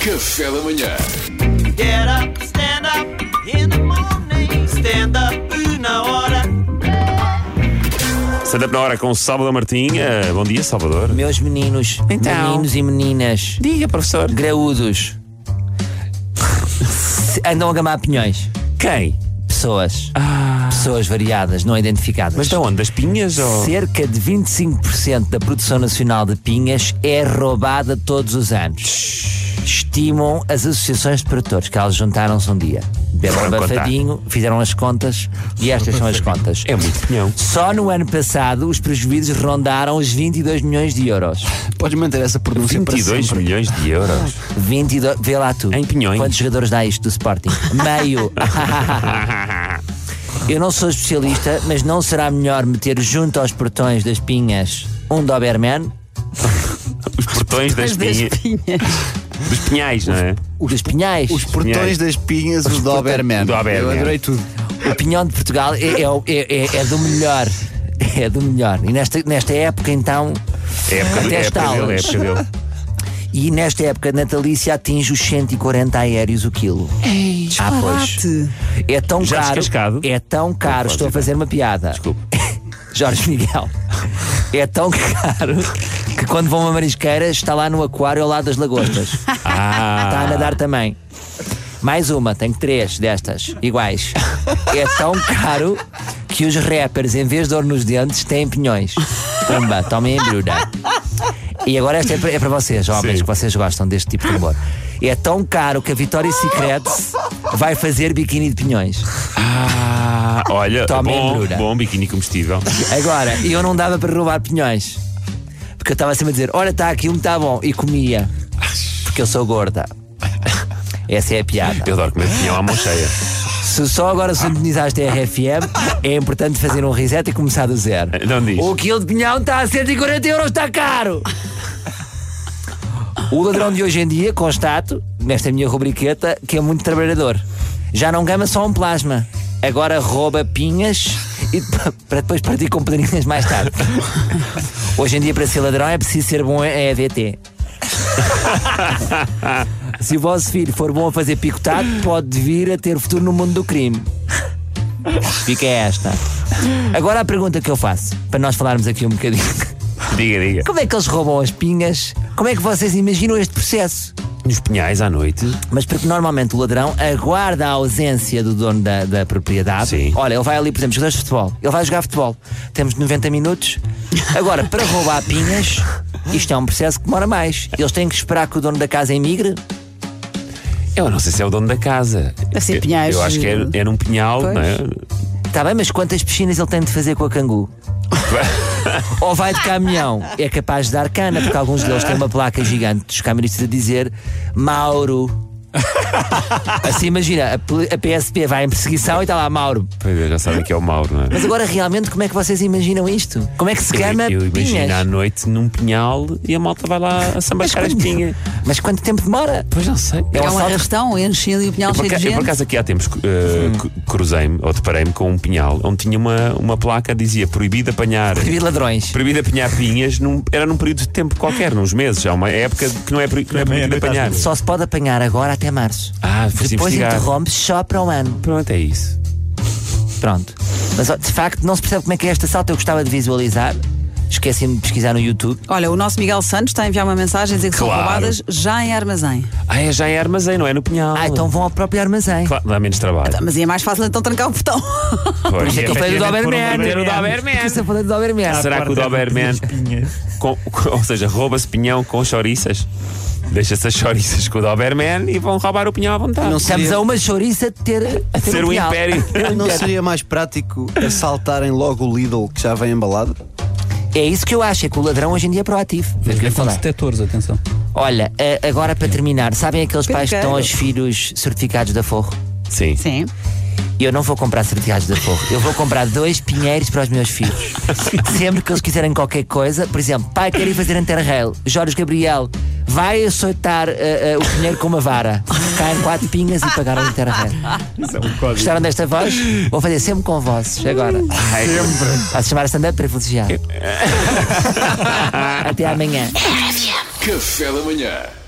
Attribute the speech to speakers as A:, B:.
A: Café da manhã.
B: Get up, stand up in the morning. Stand up na hora.
C: Stand-up na hora com o Salvador Martim. Eh, bom dia, Salvador.
D: Meus meninos,
C: Então.
D: meninos e meninas,
C: Diga, professor.
D: graúdos, se- andam a gamar pinhões.
C: Quem? Ah.
D: Pessoas. Pessoas variadas, não identificadas.
C: Mas de é onde? Das pinhas? Ou...
D: Cerca de 25% da produção nacional de pinhas é roubada todos os anos. Estimam as associações de produtores que elas juntaram-se um dia. Deram um
C: Foram contar.
D: bafadinho, fizeram as contas e estas são as contas.
C: É muito pinhão.
D: Só no ano passado os prejuízos rondaram os 22 milhões de euros.
E: Podes manter essa pronúncia para
C: 22
E: sempre.
C: milhões de euros.
D: 22, vê lá tu.
C: Em Pinhões.
D: Quantos jogadores dá isto do Sporting? Meio. Eu não sou especialista, mas não será melhor meter junto aos portões das pinhas um Doberman?
C: Os portões das pinhas. Dos pinhais, não é?
D: Os dos pinhais?
E: Os portões
C: Pinhais.
E: das pinhas, os Doberman. Eu
C: Doberman.
E: adorei tudo.
D: O pinhão de Portugal é, é, o- é- é- é do melhor. É do melhor. E nesta, nesta época, então,
C: É a época, do- é a
D: Até
C: época dele, é a
D: estalas.
C: época dele.
D: e nesta época natalícia atinge os 140 aéreos o quilo. Ah, pois.
F: Disparate.
D: É tão
C: Já
D: caro.
C: descascado?
D: É tão caro.
C: Não
D: Estou a
C: faz
D: fazer uma piada.
C: Desculpe.
D: Jorge Miguel. É tão caro que quando vão a marisqueira está lá no aquário ao lado das lagostas.
C: Ah.
D: Está a nadar também. Mais uma, tenho três destas, iguais. É tão caro que os rappers, em vez de ouro nos dentes, têm pinhões. Pumba, tomem a miúda. E agora esta é para, é para vocês, homens,
C: Sim.
D: que vocês gostam deste tipo de humor. É tão caro que a Vitória Secret vai fazer biquíni de pinhões.
C: Ah, olha,
D: Toma
C: bom,
D: embrulha.
C: bom biquíni comestível.
D: Agora, eu não dava para roubar pinhões. Porque eu estava sempre a dizer: Ora, está aqui um, está bom. E comia. Porque eu sou gorda. Essa é a piada.
C: Eu adoro comer pinhão à mão cheia.
D: Se só agora sintonizaste a RFM, é importante fazer um reset e começar do zero.
C: Não diz.
D: O quilo de pinhão está a 140 euros, está caro! O ladrão de hoje em dia, constato, nesta minha rubriqueta, que é muito trabalhador. Já não gama só um plasma. Agora rouba pinhas e p- para depois partir com pedrinhas mais tarde. Hoje em dia, para ser ladrão, é preciso ser bom em EVT. Se o vosso filho for bom a fazer picotado, pode vir a ter futuro no mundo do crime. Fica esta. Agora a pergunta que eu faço, para nós falarmos aqui um bocadinho.
C: Diga, diga.
D: Como é que eles roubam as pinhas? Como é que vocês imaginam este processo?
C: Nos pinhais à noite.
D: Mas porque normalmente o ladrão aguarda a ausência do dono da, da propriedade.
C: Sim.
D: Olha, ele vai ali, por exemplo, jogadores de futebol. Ele vai jogar futebol. Temos 90 minutos. Agora, para roubar pinhas, isto é um processo que demora mais. Eles têm que esperar que o dono da casa emigre.
C: Eu não sei se é o dono da casa.
F: Deve ser
C: Eu-
F: pinhais.
C: Eu acho que é, é num pinhal,
F: Pois.
C: não é?
D: Está Tá bem, mas quantas piscinas ele tem de fazer com a cangu? Ou vai de caminhão? É capaz de dar cana, porque alguns deles têm uma placa gigante dos caminhonistas a dizer Mauro. Assim, imagina, a P- a PSP vai em perseguição e está lá Mauro.
C: Pois é, já sabem que é o Mauro, não é?
D: Mas agora realmente, como é que vocês imaginam isto? Como é que se gama
C: eu, eu imagino à
D: pinhas?
C: noite num pinhal e a malta vai lá a sambacar as pinhas.
D: Mas quanto tempo demora?
C: Pois não sei.
D: É
F: É um
D: assalto-
F: arrastão, enchendo e o pinhal
C: Eu por,
F: cheio de
C: acaso, eu por
F: gente.
C: acaso aqui há tempos uh,
D: Hum.
C: cu- cruzei-me ou deparei-me com um pinhal onde tinha uma, uma placa que dizia proibido apanhar.
D: Proibir ladrões.
C: Proibido apanhar pinhas num- era num período de tempo qualquer, uns meses. Há uma época que não é, proibido- que não é proibido apanhar.
D: Só se pode apanhar agora até março.
C: Ah, fui
D: Depois
C: investigar.
D: interrompe só para o ano.
C: Pronto, é isso.
D: Pronto. Mas ó, de facto não se percebe como é que é este assalto. Eu gostava de visualizar. Esqueci-me de pesquisar no YouTube.
F: Olha, o nosso Miguel Santos está a enviar uma mensagem a dizer que
C: Claro.
F: são roubadas já em armazém.
C: Ah, é, já é armazém, não é no pinhal.
D: Ah, então vão ao próprio armazém.
C: Claro, dá menos trabalho.
F: Mas é mais fácil então trancar o botão.
C: Pois,
D: Por isso é que eu falei
C: efetivamente,
D: do Doberman.
C: por um
D: Por isso eu falei do Doberman.
C: Será que o Doberman. com- com- ou seja, rouba-se pinhão com chouriças? Deixa-se as chouriças com o Doberman e vão roubar o pinhão à vontade.
E: Não
D: Estamos
E: seria,
D: a uma chouriça de ter, a ter
C: Ser
D: um
C: o
D: real.
C: império.
E: não seria mais prático assaltarem logo o Lidl que já vem embalado?
D: É isso que eu acho, é que o ladrão hoje em dia é proativo. É o que eu ia falar.
G: detectores, atenção.
D: Olha, a- agora para terminar, sabem aqueles pais que
F: Pedro.
D: estão aos filhos certificados da Forro?
C: Sim.
F: Sim.
D: Eu não vou comprar certificados da Forro. Eu vou comprar dois pinheiros para os meus filhos. Sempre que eles quiserem qualquer coisa, por exemplo, pai, quero ir fazer Interrail. Jorge Gabriel, vai açoitar eh, eh, o pinheiro com uma vara. Caem quatro pinhas e pagaram o Interrail. Gostaram desta voz? Vou fazer sempre com vozes agora. Sempre. Vai-se chamar stand-up privilegiado. Até amanhã.
A: Café da manhã.